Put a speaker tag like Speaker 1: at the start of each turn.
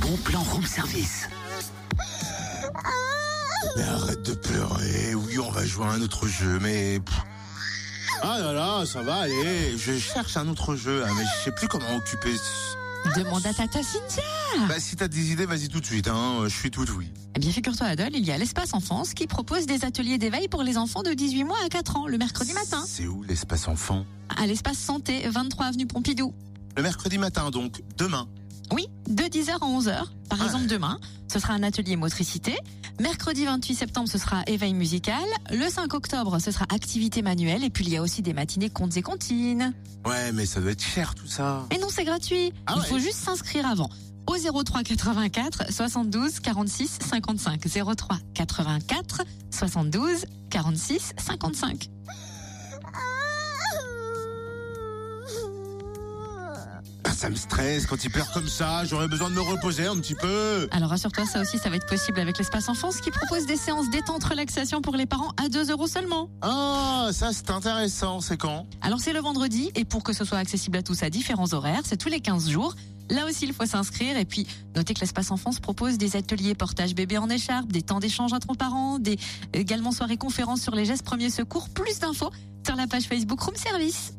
Speaker 1: bon plan room service.
Speaker 2: Mais arrête de pleurer, oui, on va jouer à un autre jeu, mais. pff. Ah là là, ça va aller, je cherche un autre jeu, hein, mais je sais plus comment occuper. ce-
Speaker 3: Demande à Tata Cynthia.
Speaker 2: Bah, si t'as des idées, vas-y tout de suite, hein, je suis tout oui.
Speaker 3: Eh bien, figure-toi, Adol, il y a l'espace enfance qui propose des ateliers d'éveil pour les enfants de 18 mois à 4 ans, le mercredi matin,
Speaker 2: C'est où l'espace enfant
Speaker 3: à l'espace santé, 23 avenue Pompidou.
Speaker 2: Le mercredi matin, donc, demain.
Speaker 3: Oui, de 10h à 11h. Par
Speaker 2: Ah.
Speaker 3: exemple, demain, ce sera un atelier motricité. Mercredi 28 septembre, ce sera éveil musical. Le 5 octobre, ce sera activité manuelle. Et puis, il y a aussi des matinées contes et comptines.
Speaker 2: Ouais, mais ça doit être cher tout ça.
Speaker 3: Mais non, c'est gratuit.
Speaker 2: Ah
Speaker 3: il
Speaker 2: ouais.
Speaker 3: faut juste s'inscrire avant. Au 03 84 72 46 55. 03 84 72 46 55.
Speaker 2: Ah, Ça me stresse quand il pleure comme ça, j'aurais besoin de me reposer un petit peu.
Speaker 3: Alors rassure-toi, ça aussi, ça va être possible avec l'espace enfance qui propose des séances détente-relaxation pour les parents à 2 euros seulement.
Speaker 2: Ah, ça c'est intéressant, c'est quand
Speaker 3: Alors c'est le vendredi et pour que ce soit accessible à tous à différents horaires, c'est tous les 15 jours. Là aussi, il faut s'inscrire et puis notez que l'espace enfance propose des ateliers portage bébé en écharpe, des temps d'échange entre parents, des également soirées conférences sur les gestes premiers secours. Plus d'infos sur la page Facebook Room Service.